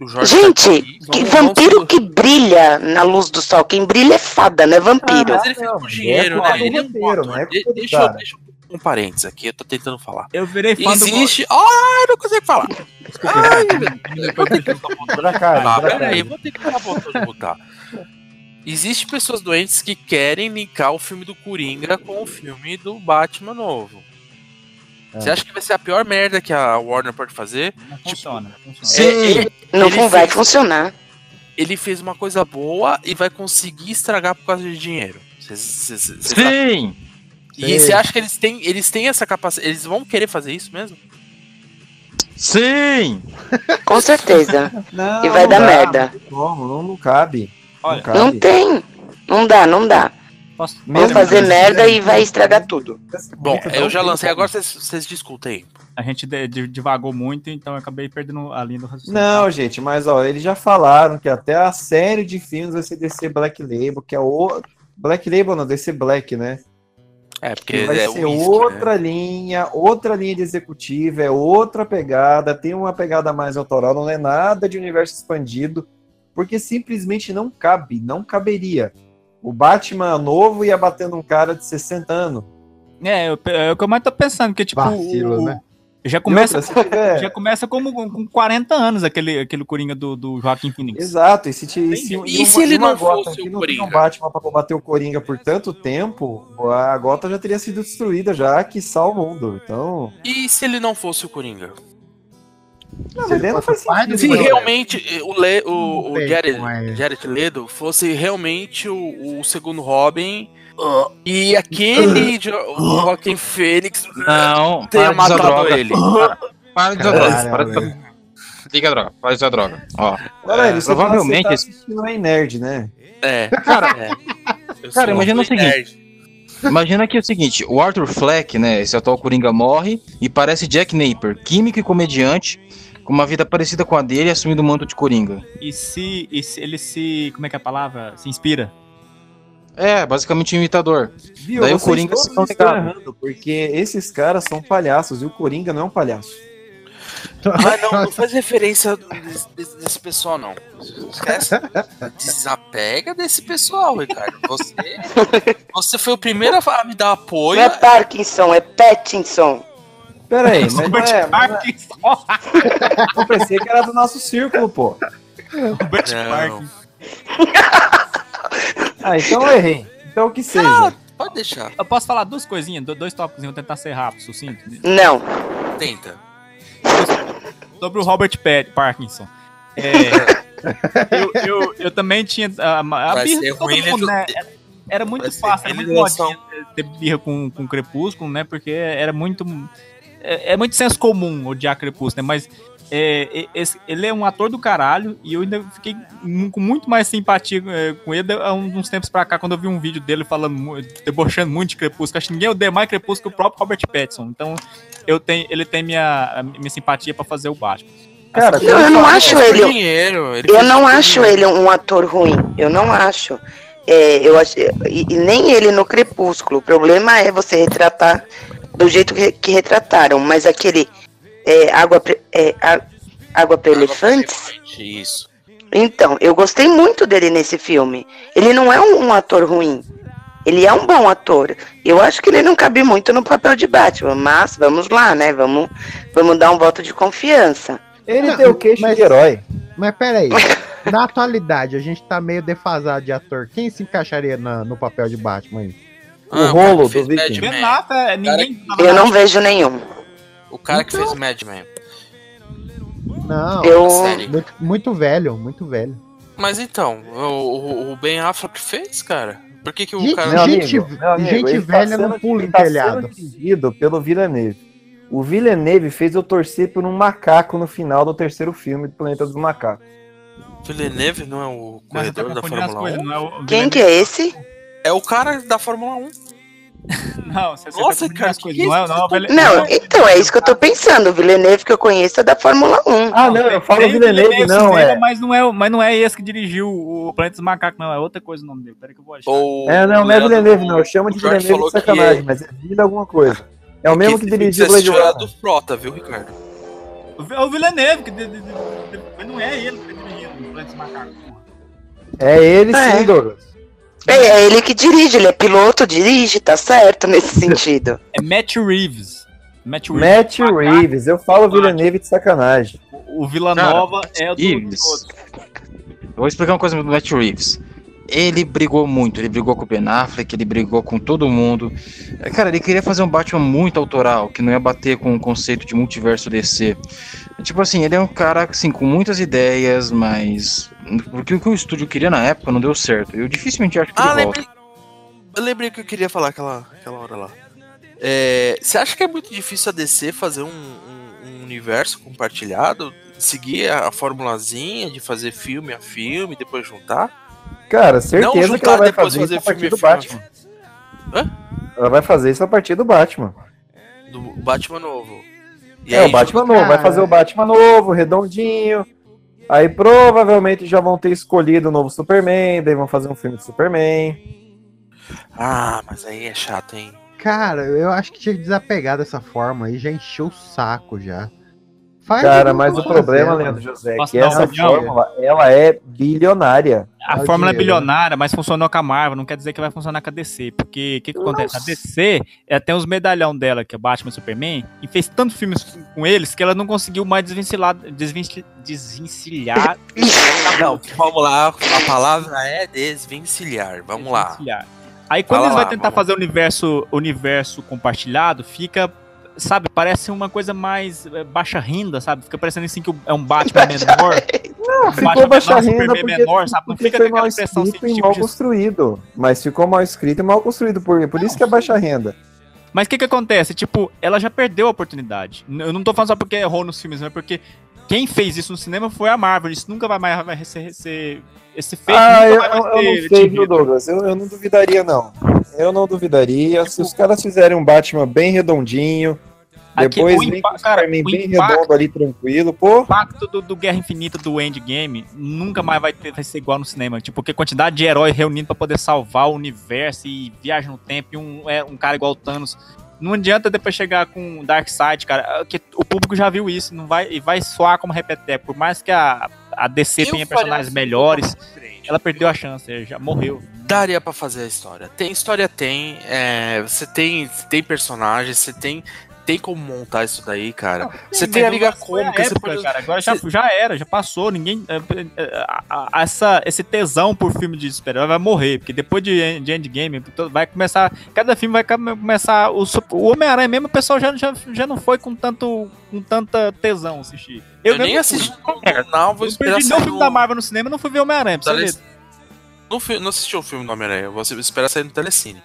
o Jorge gente, tá aqui. Que vamos- vampiro vamos- que brilha na luz do sol. Quem brilha é fada, não é vampiro. Mas ele fica com dinheiro, culpa né? do Ele é um bom roteiro, ator. não é De- culpa do deixa, eu, cara. deixa eu pôr um parênteses aqui, eu tô tentando falar. Eu virei fã Existe. Ai, não consigo falar. Ai, meu Deus. Dracarys, Ah, Dracarys. peraí, vou ter que dar a volta de botar. Existem pessoas doentes que querem linkar o filme do Coringa com o filme do Batman novo. É. Você acha que vai ser a pior merda que a Warner pode fazer? do. Não funciona, não funciona. Sim. É, Ele, Não ele vai fez- funcionar. ele fez uma coisa boa e vai conseguir estragar por causa de dinheiro. Cês- cês- cês- tá cês acham- Sim! E você acha que eles têm, eles têm essa capacidade? Eles vão querer fazer isso mesmo? Sim! Com certeza. Não, E vai não dar dá, merda. Como? Não, não cabe. Olha, não cabe. Não tem. Não dá, não dá. Posso Vão Mesmo fazer que- merda e vai estragar tudo. Bom, eu já lancei, agora vocês- vocês discutem. A gente de- de- divagou muito, então eu acabei perdendo a linha do raciocínio. Não, gente, mas ó, eles já falaram que até a série de filmes vai ser DC Black Label, que é o Black Label não, DC Black, né? É, porque Que vai é ser whisky, né? outra linha, outra linha de executiva, é outra pegada, tem uma pegada mais autoral, não é nada de universo expandido, porque simplesmente não cabe, não caberia. O Batman novo ia batendo um cara de 60 anos. É, eu, é o que eu mais tô pensando, que tipo. Vacilo, o- né? Já E começa, outra, se tiver- já começa como com- com 40 anos aquele, aquele Coringa do, do Joaquim Phoenix. Exato, e se, te, e Entendi. se, E se ele não Gotham fosse que o não Coringa? tinha um Batman pra combater o Coringa por tanto tempo, a Gota já teria sido destruída já, que o mundo. Então, E se ele não fosse o Coringa? não, Se mas ele daí não fosse faz o pai sentido. né? Se Pois é. realmente eh, o, Le, o, Não o tem Jared, como é. Jared Ledo fosse realmente o, o segundo Robin ah, e Ah. aquele jo o Joaquin Fênix Não, tenha para de usar matado droga. ele. Para de usar droga. Para de usar- Liga a droga, para de usar droga. Ó. Olha, ele só Provavelmente provavelmente tá esse- assistindo aí nerd, né? É, Cara, é. Eu cara, sou imagina o muito seguinte. nerd. Imagina aqui o seguinte: o Arthur Fleck, né? Esse atual Coringa morre e parece Jack Napier, químico e comediante, com uma vida parecida com a dele, assumindo o manto de Coringa. E se, e se ele se. Como é que é a palavra? Se inspira. É, basicamente um imitador. Viu? Daí o Vocês Coringa todos se não tá- estão ligava. errando, porque esses caras são palhaços e o Coringa não é um palhaço. Ah, não, não faz referência desse, desse- desse pessoal, não. Esquece. Desapega desse pessoal, Ricardo. Você, você foi o primeiro a fa- me dar apoio. Não é Parkinson, é Pattinson. Pera aí, mas não Robert é, mas não é- Parkinson. Robert eu pensei que era do nosso círculo, pô. Parkinson. Ah, então eu errei. Então que seja. Pode deixar, Eu posso falar duas coisinhas, do- dois tópicos, eu vou tentar ser rápido, sucinto. né? Não. tenta. Sobre o Robert Pa- Parkinson. É, eu, eu, eu também tinha. A, a Vai birra ser de todo ruim, mundo, né? né? Era, era muito Vai ser fácil, era ruim, muito né, Nelson? modinha ter birra com, com Crepúsculo, né? Porque era muito. É, é muito senso comum odiar Crepúsculo, né? Mas é, e- esse- ele é um ator do caralho e eu ainda fiquei mu- com muito mais simpatia é, com ele há um- uns tempos pra cá, quando eu vi um vídeo dele falando, mu- debochando muito de Crepúsculo. Acho que ninguém odeia mais Crepúsculo que o próprio Robert Pattinson. Então, eu tenho, ele tem minha, a minha simpatia pra fazer o Batman. Cara, Não, eu não acho Por ele. dinheiro, ele Eu fez não por acho dinheiro. ele um ator ruim. Eu não acho. é, eu acho, e, e nem ele no Crepúsculo. O problema é você retratar do jeito que, que retrataram, mas aquele é, água, Pre- é, a- água para elefantes. Isso. Então, eu gostei muito dele nesse filme. Ele não é um, um ator ruim. Ele é um bom ator. Eu acho que ele não cabe muito no papel de Batman, mas vamos lá, né? Vamos, vamos dar um voto de confiança. Ele Não, tem o queixo mas- de herói. Mas peraí, na atualidade, a gente tá meio defasado de ator. Quem se encaixaria na- no papel de Batman aí? O Ah, rolo fez do Viking. Mad Ben Men. Affleck, é, ninguém... Eu não vejo nenhum. O cara que fez Mad Men. Não, Eu, Sério. muito, muito velho, muito velho. Mas então, o, o- o Ben Affleck fez, cara? Por que, que o Gente, cara. Meu Gente- gente ele velha não sendo- pula ele em tá telhado. sendo dirigido pelo Villeneuve. O Villeneuve fez eu torcer por um macaco no final do terceiro filme do Planeta dos Macacos. Villeneuve não é o Nossa, eu tô corredor da tá confundindo as Fórmula 1? coisas, não é o- o quem Guilherme- que é esse? É o cara da Fórmula 1. Não, você, Nossa, você tá confundindo cara, as que coisas, não é, não é o Villeneuve. Não, então é isso que eu tô pensando. O Villeneuve que eu conheço é da Fórmula 1. Ah, não, eu falo Tem o Villeneuve, não, cinema, é. Mas não, é, o- mas não é esse que dirigiu o Planeta dos Macacos, não. É outra coisa o nome dele. Peraí que eu vou achar. Ou É, não, não é Leandro- Villeneuve, não. Chama o de Jorge Villeneuve de falou que sacanagem, é- mas é vida alguma coisa. É o mesmo que esse filme dirigiu você Blade assistiu era Runner. do Frota, viu, Ricardo? O Vi- É o Villeneuve que... de- de- de- de- Mas não é ele que tá dirigindo o Planeta dos Macacos, porra. É ele É. sim, Douglas. É, é ele que dirige, ele é piloto, dirige, tá certo nesse sentido. É Matt Reeves. Matt Reeves. Matt Reeves, eu falo Villeneuve de sacanagem. O Vila Nova é o do, do Reeves. outro. Eu vou explicar uma coisa do Matt Reeves. Ele brigou muito, ele brigou com o Ben Affleck, ele brigou com todo mundo. É, Cara, ele queria fazer um Batman muito autoral, que não ia bater com o conceito de multiverso DC. É, Tipo assim, ele é um cara assim, com muitas ideias, mas. Porque o que o estúdio queria na época não deu certo. Eu dificilmente acho que Ah, ele volta. lembrei. Eu lembrei que eu queria falar aquela, aquela hora lá. É, você acha que é muito difícil a DC fazer um, um- um universo compartilhado? Seguir a, a formulazinha de fazer filme a filme, depois juntar? Cara, certeza juntar, que ela vai depois fazer, fazer isso a partir filme do e filme. Batman. Hã? Ela vai fazer isso a partir do Batman. Do Batman novo. E é, aí, o tipo, Batman novo. Vai Cara. fazer o Batman novo, redondinho. Aí provavelmente já vão ter escolhido o novo Superman, daí vão fazer um filme de Superman. Ah, mas aí é chato, hein? Cara, eu acho que tinha que desapegar dessa forma aí, já encheu o saco já. Faz Cara, um mas o novo problema, fazer, Leandro José, é Posso que dar essa uma opinião? fórmula, ela é bilionária. A É o fórmula é dinheiro, né? bilionária, mas funcionou com a Marvel, não quer dizer que vai funcionar com a DC. Porque o que, que acontece? A DC ela tem os medalhão dela, que é Batman e Superman, e fez tantos filmes com eles que ela não conseguiu mais desvencilhar. desvenci- desvencilhar. Não, vamos lá, a palavra é desvencilhar. Vamos lá. desvencilhar. Aí quando Fala eles vão lá, tentar vamos. fazer o universo, universo compartilhado, fica. Sabe, parece uma coisa mais é, baixa renda, sabe? Fica parecendo assim que é um Batman menor. Não, Batman Ah, ficou baixa menor, renda Superman porque, menor, sabe? Não porque fica com foi aquela mal impressão escrito assim, e tipo mal de- construído. Mas ficou mal escrito e mal construído, por, por isso que é baixa renda. Mas o que que acontece? Tipo, ela já perdeu a oportunidade. N- Eu não tô falando só porque errou nos filmes, mas porque quem fez isso no cinema foi a Marvel. Isso nunca vai mais vai ser, ser- esse feito Ah, eu, nunca vai eu- eu mais não sei, viu, atingido. Douglas? Eu, eu não duvidaria, não. Eu não duvidaria. Se os caras fizerem um Batman bem redondinho, Aqui, depois o vem impa- com o cara, Superman o bem impacto- redondo ali, tranquilo, pô. O impacto do, do Guerra Infinita do Endgame nunca mais vai, ter- vai ser igual no cinema. Tipo, porque a quantidade de heróis reunidos pra poder salvar o universo e viaja no tempo e um, é, um cara igual o Thanos. Não adianta depois chegar com Darkseid, cara. É Que o público já viu isso, não vai, e vai soar como repeteco. Por mais que a, a DC tenha Eu faria personagens assim, melhores, diferente. ela perdeu a chance, é, já morreu. daria pra fazer a história. Tem história tem, é, você tem tem personagens, você tem tem como montar isso daí, cara. Você tem a Liga Foi Cômica, você época, pode cara. Agora já, já era, já passou. Ninguém. é, é, a- a- essa, esse tesão por filme de super-herói vai morrer. Porque depois de, en- de Endgame, to- vai começar. Cada filme vai come- começar. O, su- o Homem-Aranha mesmo, o pessoal já, já, já não foi com, tanto, com tanta tesão assistir. Eu, mesmo nem fui. assisti não, vou Eu esperar perdi sair meu filme no- da Marvel no cinema e não fui ver Homem-Aranha. pra você Tele- ver. Não, fui- não assisti o filme do Homem-Aranha, eu vou esperar sair no Telecine.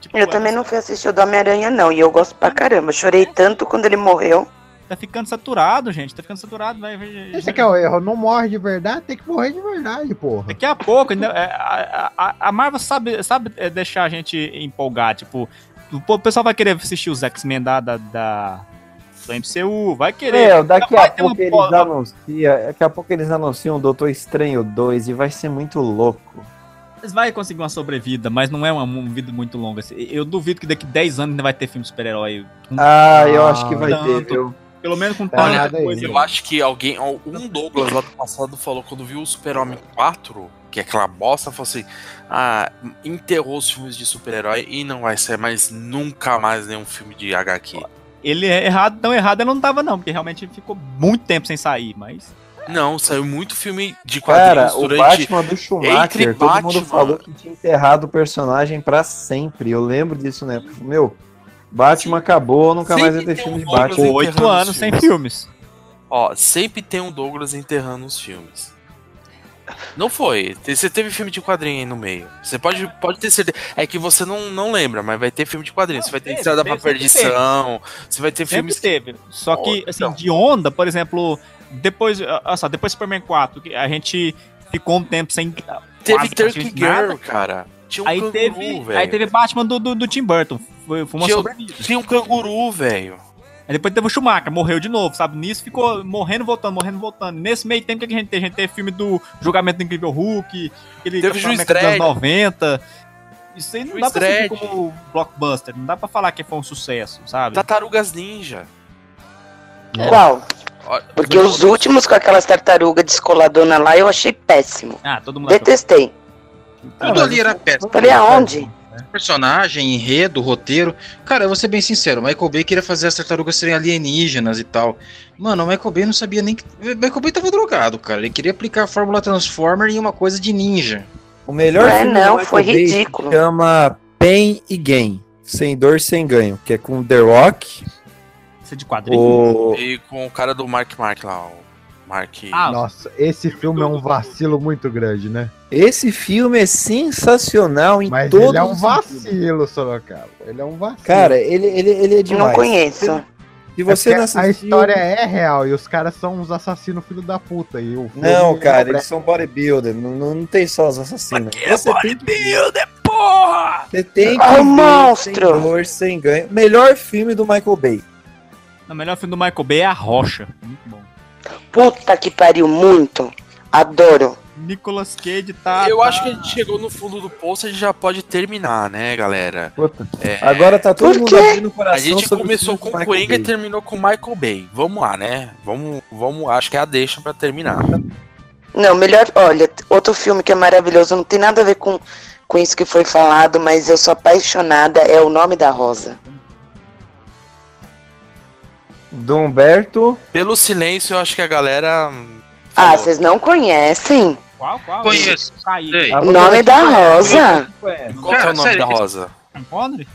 Tipo, Eu também não fui assistir o do Homem-Aranha, não, e eu gosto pra caramba. Chorei tanto quando ele morreu. Tá ficando saturado, gente. Tá ficando saturado. Vai, Esse que é o erro, não morre de verdade, tem que morrer de verdade, porra. Daqui a pouco, ainda- é, a, a- a Marvel sabe, sabe é, deixar a gente empolgar, tipo, o po- o pessoal vai querer assistir os X-Men da, da, da, do MCU, vai querer. Meu, daqui Vai a ter um uma pouco eles bola. anunciam. Daqui a pouco eles anunciam o Doutor Estranho 2 e vai ser muito louco. Eles vai conseguir uma sobrevida, mas não é uma, uma vida muito longa. assim. Eu duvido que daqui 10 anos ainda vai ter filme de super-herói. Com- Ah, eu acho que vai tanto. ter, viu? Pelo menos com Olha, tanta coisa. Eu acho que alguém, um Douglas lá do passado falou quando viu o Super-Homem 4, que é aquela bosta, falou assim: ah, enterrou os filmes de super-herói e não vai ser mais nunca mais nenhum filme de HQ. Ele é errado, tão errado eu não tava, não, porque realmente ficou muito tempo sem sair, mas. Não, saiu muito filme de quadrinhos Cara, o durante. Batman do Entre Schumacher, todo Batman. mundo falou que tinha enterrado o personagem pra sempre. Eu lembro disso, né? Meu, Batman acabou, nunca Sempre mais vai ter tem filme de um Douglas Batman. Ficou enterrando 8 os anos sem filmes. filmes. Ó, sempre tem um Douglas enterrando os filmes. Não foi. Te- Você teve filme de quadrinho aí no meio. Você pode, pode ter certeza. É que você não, não lembra, mas vai ter filme de quadrinho. Não, Você vai ter teve, Estrada pra teve, sempre Perdição. Você vai ter Sempre filmes. teve. Só que, Ó, assim, então. de onda, por exemplo, depois. ah, Olha só, depois do Superman 4, que a gente ficou um tempo sem. Teve quase Turkey praticamente nada. Girl, cara. Tinha um Aí canguru, teve, velho. aí teve Batman do, do, do Tim Burton. Foi, foi uma Tinha- sobrevida. Tinha um canguru, velho. Aí depois teve o Schumacher, morreu de novo, sabe? Nisso ficou morrendo, voltando, morrendo, voltando. Nesse meio tempo o que a gente teve, a gente teve filme do Julgamento do Incrível Hulk, aquele Teve Capitão Juiz América dos anos Dredd. 90. Isso aí não Juiz dá pra ser Dredd. como blockbuster, não dá pra falar que foi um sucesso, sabe? Tartarugas Ninja. Qual? Ó, Porque os últimos com aquelas tartarugas descoladona lá eu achei péssimo. Ah, todo mundo achou. Detestei. Ah, Tudo ali era péssimo. Falei, aonde? Personagem, enredo, roteiro. Cara, eu vou ser bem sincero, o Michael Bay queria fazer as tartarugas serem alienígenas e tal. Mano, o Michael Bay não sabia nem que. O Michael Bay tava drogado, cara. Ele queria aplicar a fórmula Transformer em uma coisa de ninja. O melhor Não é filme do não, Michael foi Bay se ridículo. Chama Pain e Gain. Sem dor, sem ganho. Que é com The Rock, Isso é de quadrinho. o... E com o cara do Mark Mark lá, o Mark. Ah, Nossa, esse filme é um vacilo muito grande, né? Esse filme é sensacional em Mas todo ele é um sentido. vacilo, Sorocaba. Ele é um vacilo. Cara, ele, ele, ele é demais. Não conheço. Se É você porque não a assistiu- história é real e os caras são uns assassinos filho da puta. E o filme Não, é cara, brega. eles são bodybuilder. Não, não, não tem só os assassinos. é Você tem, que- porra! você tem que Ah, o ver monstro! sem dor, sem ganho. Melhor filme do Michael Bay. O melhor filme do Michael Bay é A Rocha. Muito bom. Puta que pariu, muito. Adoro. Nicolas Cage tá. Eu tá- acho que a gente chegou no fundo do poço, a gente já pode terminar, né, galera? Puta. É, Agora tá todo Por mundo quê? abrindo o coração. a gente sobre o começou filme com do o Michael Coenga e Bay. terminou com o Michael Bay. Vamos lá, né? Vamos, vamos, acho que é a deixa pra terminar. Não, melhor. Olha, outro filme que é maravilhoso, não tem nada a ver com, com isso que foi falado, mas eu sou apaixonada, é O Nome da Rosa. Do Humberto. Pelo silêncio, eu acho que a galera. hum, Ah, falou. vocês não conhecem? Qual, qual? Conheço. Caí. Sei. Ah, O Nome é da conhece, Rosa. conhece. Qual que é Cara, o nome sério, da esse- Rosa? Connery?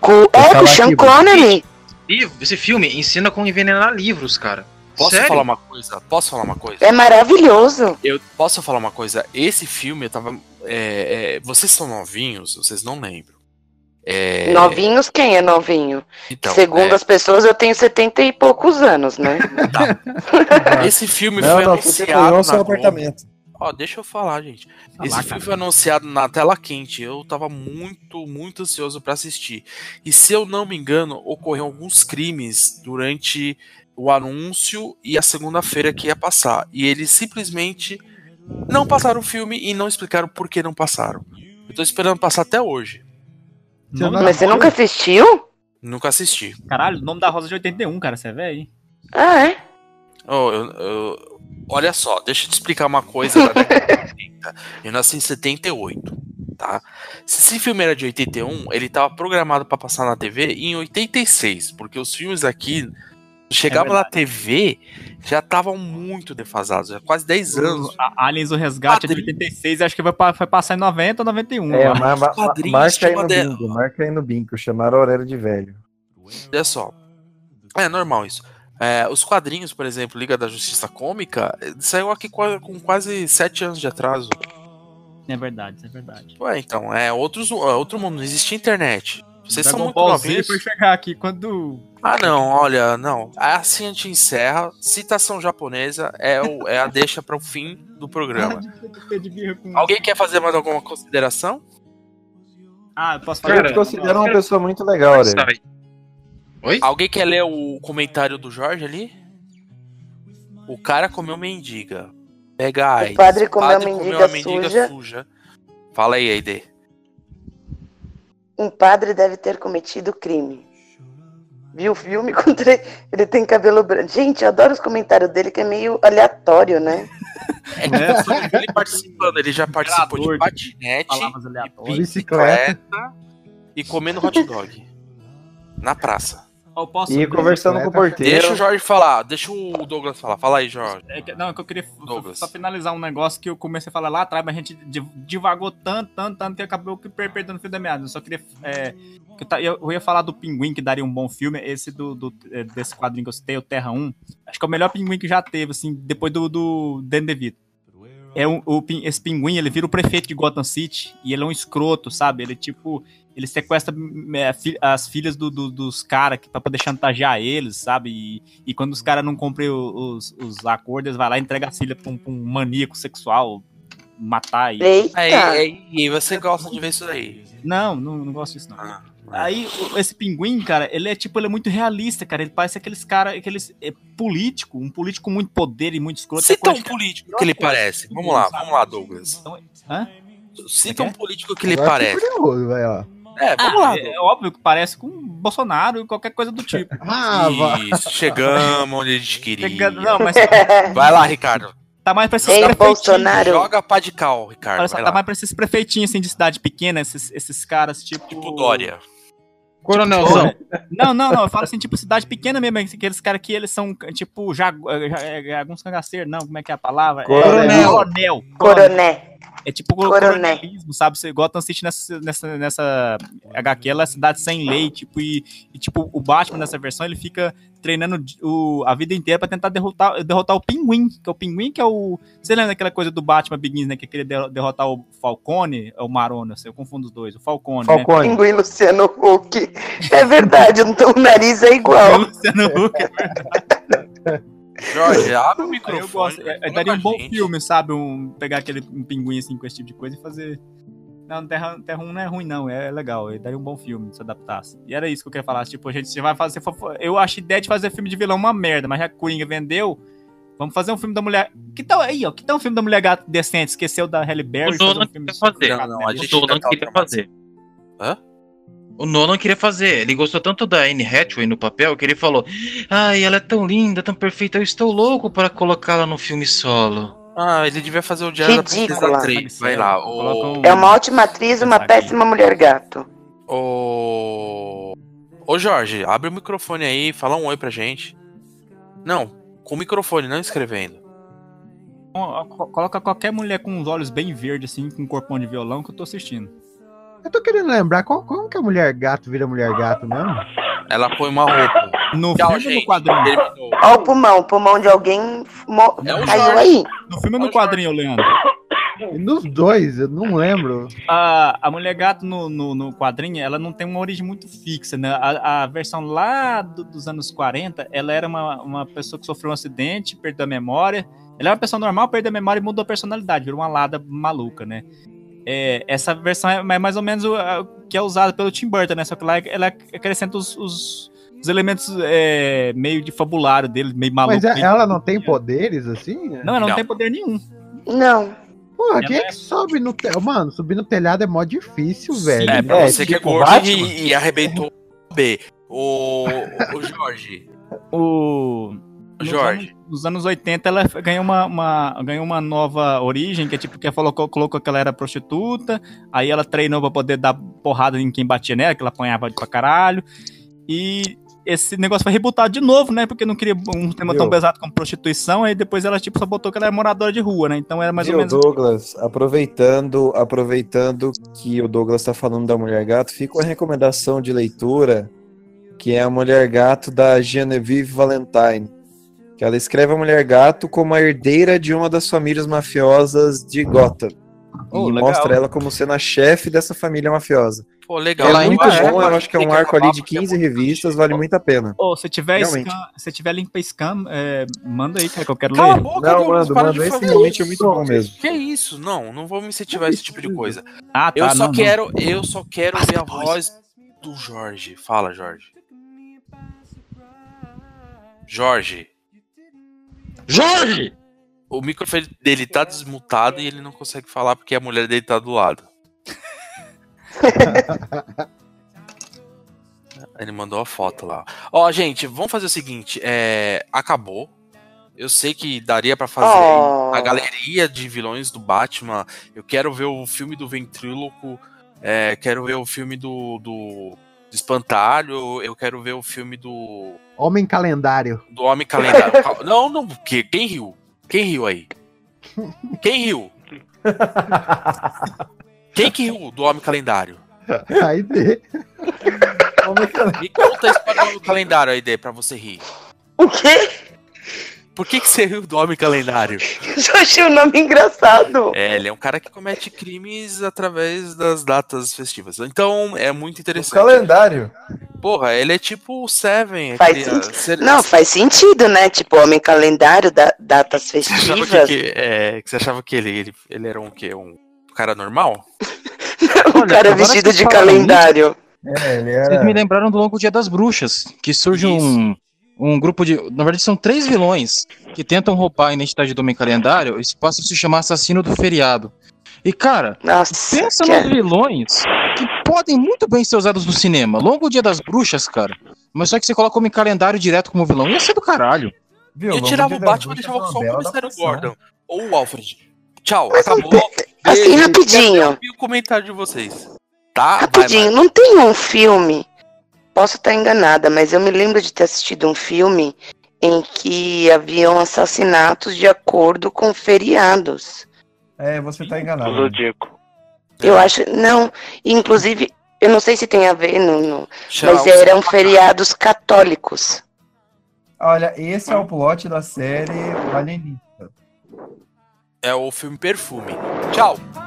Com, é, com falar o Sean aqui, Connery. Livro, esse filme ensina como envenenar livros, cara. Posso Sério? falar uma coisa? Posso falar uma coisa? É maravilhoso. Eu posso falar uma coisa? Esse filme eu tava. é, é, vocês são novinhos, vocês não lembram. É, Novinhos, quem é novinho? então, Segundo é, as pessoas, eu tenho 70 e poucos anos, né? esse filme Não, foi não, você anunciado. ganhou o na seu Globo. apartamento. Ó, deixa eu falar, gente. Tá Esse lá, filme cara. foi anunciado na tela quente. Eu tava muito, muito ansioso pra assistir. E se eu não me engano, ocorreram alguns crimes durante o anúncio e a segunda-feira que ia passar. E eles simplesmente não passaram o filme e não explicaram por que não passaram. Eu tô esperando passar até hoje. Você Nome não- da Mas você nunca assistiu? Nunca assisti. Caralho, o nome da Rosa é de 81, cara, você é velho, hein? Ah, é? Ó, eu- eu- olha só, deixa eu te explicar uma coisa. da década de 80. eu nasci em 78, tá? Se esse filme era de 81, ele tava programado pra passar na TV em 86, porque os filmes aqui chegavam na verdade. TV já estavam muito defasados, já quase 10 anos. A Aliens o Resgate é de Padrinho. 86, acho que vai, pa- vai passar em 90 ou 91. É, ó. ma- ma- quadrinhos marca aí no chama de- bingo. Marca aí no bingo. Chamaram horário de velho. Olha só. É normal isso. É, os quadrinhos, por exemplo, Liga da Justiça Cômica, eh, saiu aqui qua- com quase 7 anos de atraso. É verdade, isso é verdade. Ué, então, é outros, é outro mundo, não existe internet. Vocês são muito Ball Z novinhos. foi chegar aqui quando. Ah, não, olha, não. Assim a gente encerra. Citação japonesa é, o- é a deixa para o fim do Ah, programa. Alguém quer fazer mais alguma consideração? Ah, eu posso falar? Eu Cara, É. te considero uma pessoa muito legal, Aurélio. Sai. Oi? Alguém quer ler o comentário do Jorge ali? O cara comeu mendiga. Pega a AIDS. padre comeu mendiga suja. Fala aí, Aide. Um padre deve ter cometido crime. Viu o filme? Contra... Ele tem cabelo branco. Gente, eu adoro os comentários dele, que é meio aleatório, né? É que eu só vi ele participando. Ele já participou de Orador de patinete, Palavras aleatórias. Bicicleta. bicicleta e comendo hot dog. Na praça. Eu posso E conversando com o porteiro. é Deixa o Jorge falar, deixa o Douglas falar. Fala aí, Jorge. É que- não, é que eu queria f- Douglas. só finalizar um negócio que eu comecei a falar lá atrás, mas a gente div- divagou tanto, tanto, tanto que acabou que per- perdendo o fio da meada. Eu só queria. é, que eu, ta- eu- eu ia falar do Pinguim, que daria um bom filme. Esse do, do- é, desse quadrinho que eu citei, o Terra 1. Acho que é o melhor pinguim que já teve, assim, depois do, do Dan DeVito. É um, o, pin- esse pinguim, ele vira o prefeito de Gotham City e ele é um escroto, sabe? Ele, tipo, ele sequestra hum, é, fi- as filhas do- do- dos caras que- tá pra poder chantagear eles, sabe? E e quando os caras não cumprem o- os, os acordos, eles vai lá e entrega a filha pra um, pra um maníaco sexual matar e. Eita! Aí, aí, É, aí você gosta de ver isso daí. Não, não, não gosto disso, não. Ah, Aí, o- esse pinguim, cara, ele é tipo, ele é muito realista, cara. Ele parece aqueles caras, aqueles. É, político, um político com muito poder e muito escroto. É Cita Eu um acho político que ele parece. Vamos lá, vamos lá, Douglas. Então, hã? É Cita um político que ele Agora fiquei parece. curioso, velho, ó. É, Ah, vamos lá. é, é óbvio que parece com Bolsonaro e qualquer coisa do tipo. Ah, vá. Isso, chegamos onde a gente queria. Não, mas Vai lá, Ricardo. tá mais pra esses Ei, prefeitinhos. Bolsonaro. Joga pá de cal, Ricardo. Olha só, vai tá lá. mais pra esses prefeitinhos assim, de cidade pequena, esses, esses caras tipo. Tipo Dória. tipo, Coronelzão. Não, não, não. Eu falo assim, tipo, cidade pequena mesmo. Aqueles caras que eles são, tipo, já, alguns cangaceiros, não, como é que é a palavra? É, Coronel. coronel. coronel. Coroné. É tipo Coronel. coronelismo, sabe? Você Gotham City nessa, nessa, nessa HQ, ela é cidade sem lei, tipo, e, e, tipo, o Batman nessa versão, ele fica treinando di- o, a vida inteira pra tentar derrotar, derrotar o Pinguim, que é o Pinguim que é o... Você lembra daquela coisa do Batman Begins, né? Que queria der- derrotar o Falcone, é o Marona, eu confundo os dois, o um Falcone, né? Falcone. Pinguim Luciano Huck. É verdade, o nariz é O igual. Luciano Huck, é verdade. Jorge, abre o Aí microfone. eu gosto. É, é, fala daria com um a bom gente. filme, sabe? Um, pegar aquele um pinguim assim com esse tipo de coisa e fazer. Não, Terra, Terra 1 não é ruim, não. É, legal. Ele daria um bom filme se adaptasse. E era isso que eu queria falar. Tipo, a gente vai fazer. Eu acho a ideia de fazer filme de vilão uma merda, mas já que Coringa vendeu. Vamos fazer um filme da mulher. Que tal aí, ó? Que tal um filme da mulher gato decente? Esqueceu da Halle Berry? O fazer um Nolan filme quer sobre fazer. gato, Não, né? não, a O gente Nolan tá queria traumatizado. fazer. O Nolan queria fazer. Ele gostou tanto da Anne Hathaway no papel que ele falou: Ai, ela é tão linda, tão perfeita. Eu estou louco para colocá-la num filme solo. Ah, ele devia fazer o Diário da Ridícula. Princesa 3. Vai lá. Coloca Ô, um- É uma ótima atriz, uma péssima mulher gato. ô... ô, Jorge, abre o microfone aí, fala um oi pra gente. Não, com o microfone, não escrevendo. um- Coloca qualquer mulher com os olhos bem verdes, assim, com um corpão de violão que eu tô assistindo. Eu tô querendo lembrar, qual, como que a mulher gato vira mulher gato mesmo? Ela põe uma roupa. No Tchau, filme ou no gente. quadrinho? Terminou. Ó o pulmão, o pulmão de alguém mo- É um o caiu Jorge. aí. No filme ou no quadrinho, Leandro? Nos dois, eu não lembro. a, a mulher gato no, no, no quadrinho, ela não tem uma origem muito fixa, né? A, a versão lá do- dos anos 40, ela era uma, uma pessoa que sofreu um acidente, perdeu a memória. Ela era uma pessoa normal, perdeu a memória e mudou a personalidade, virou uma lada maluca, né? É, essa versão é é mais ou menos o a- o que é usada pelo Tim Burton, né? Só que lá ela acrescenta os, os, os elementos é, meio de fabulário dele, meio maluco. Mas é- meio- ela não tem poderes assim? Não, ela não, Não. tem poder nenhum. Não. Porra, Ela quem é é- que sobe no telhado? Mano, subir no telhado é mó difícil, velho. É, pra É, você que é tipo gordo Batman. e, e arrebentou o B. Ô, ô, Jorge, O. Nos Jorge. anos- Nos anos 80 ela ganhou uma, uma- ganhou uma nova origem, que é tipo que ela colocou, colocou que ela era prostituta, aí ela treinou pra poder dar porrada em quem batia nela, que ela apanhava pra caralho. E esse negócio foi rebutado de novo, né? Porque não queria um tema tão Viu? pesado como prostituição, aí depois ela tipo só botou que ela era moradora de rua, né? Então era mais Viu, ou menos Douglas, aproveitando, aproveitando que o Douglas tá falando da Mulher Gato, fica uma recomendação de leitura, que é a Mulher Gato da Genevieve Valentine. Que ela escreve a Mulher Gato como a herdeira de uma das famílias mafiosas de Gotham. Oh, e legal. mostra ela como sendo a chefe dessa família mafiosa. Pô, legal. É Ela muito ainda é, bom, eu acho que é um Fica arco ali de papo que é 15 muito revistas, vale muito a pena. Ô, se tiver Realmente. scam, se tiver limpa scam, é, manda aí, cara, que eu quero Cala a ler. boca, Não, Douglas, mando, para mando, de esse fazer realmente é isso. muito bom mesmo. Que isso? Não, não vou me incentivar esse tipo de coisa. Ah, tá. Eu só não, não. quero, eu só quero Passa ver a depois. voz do Jorge. Fala, Jorge. Jorge, Jorge! o microfone dele tá desmutado e ele não consegue falar porque a mulher dele tá do lado. ele mandou a foto lá. Ó, gente, vamos fazer o seguinte: é, acabou. Eu sei que daria pra fazer Oh. a galeria de vilões do Batman. Eu quero ver o filme do Ventríloco. é, quero ver o filme do, do Espantalho. Eu quero ver o filme do, Homem calendário. do Homem Calendário. Cal- não, não, porque quem riu? Quem riu aí? Quem riu? Quem que riu do Homem Calendário? Aí vê. Me conta a história do Homem Calendário, aí, Dê, pra você rir. O quê? Por que, que você riu do Homem Calendário? Eu achei o é um nome engraçado. É, ele é um cara que comete crimes através das datas festivas. Então, é muito O interessante. calendário. Porra, ele é tipo o Seven. Faz aquele- sentido. se- Não, faz sentido, né? Tipo, homem calendário, da- datas Você achava que, festivas. que- é, que você achava que ele, ele, ele era um quê? Um cara normal? o é? Olha, cara agora vestido que de fala calendário. É, ele Vocês era. me lembraram do Longo Dia das Bruxas, que surge um, um grupo de. Na verdade, são três vilões que tentam roubar a identidade do Homem Calendário e passam a se chamar Assassino do Feriado. E, cara, Nossa, pensa que- é? nos vilões que podem muito bem ser usados no cinema. Longo Dia das Bruxas, cara. Mas só que você coloca o Homem Calendário direto como vilão. Ia ser do caralho. Viu, eu Longo tirava Dia o das Batman e Bruxas deixava é uma só o bela comissário adaptação. Gordon. Ou o Alfred. Tchau, Mas não acabou. Assim, Beijo. rapidinho. E o comentário de vocês. Tá? Rapidinho, não tem um filme. Posso estar enganada, mas eu me lembro de ter assistido um filme em que haviam assassinatos de acordo com feriados. É, você tá enganado. Zodíaco. Eu acho. Não, inclusive, eu não sei se tem a ver, não, não, vai, mas Tchau. eram feriados católicos. Olha, esse é o plot da série Alienígena. É o filme Perfume. Tchau. Oh,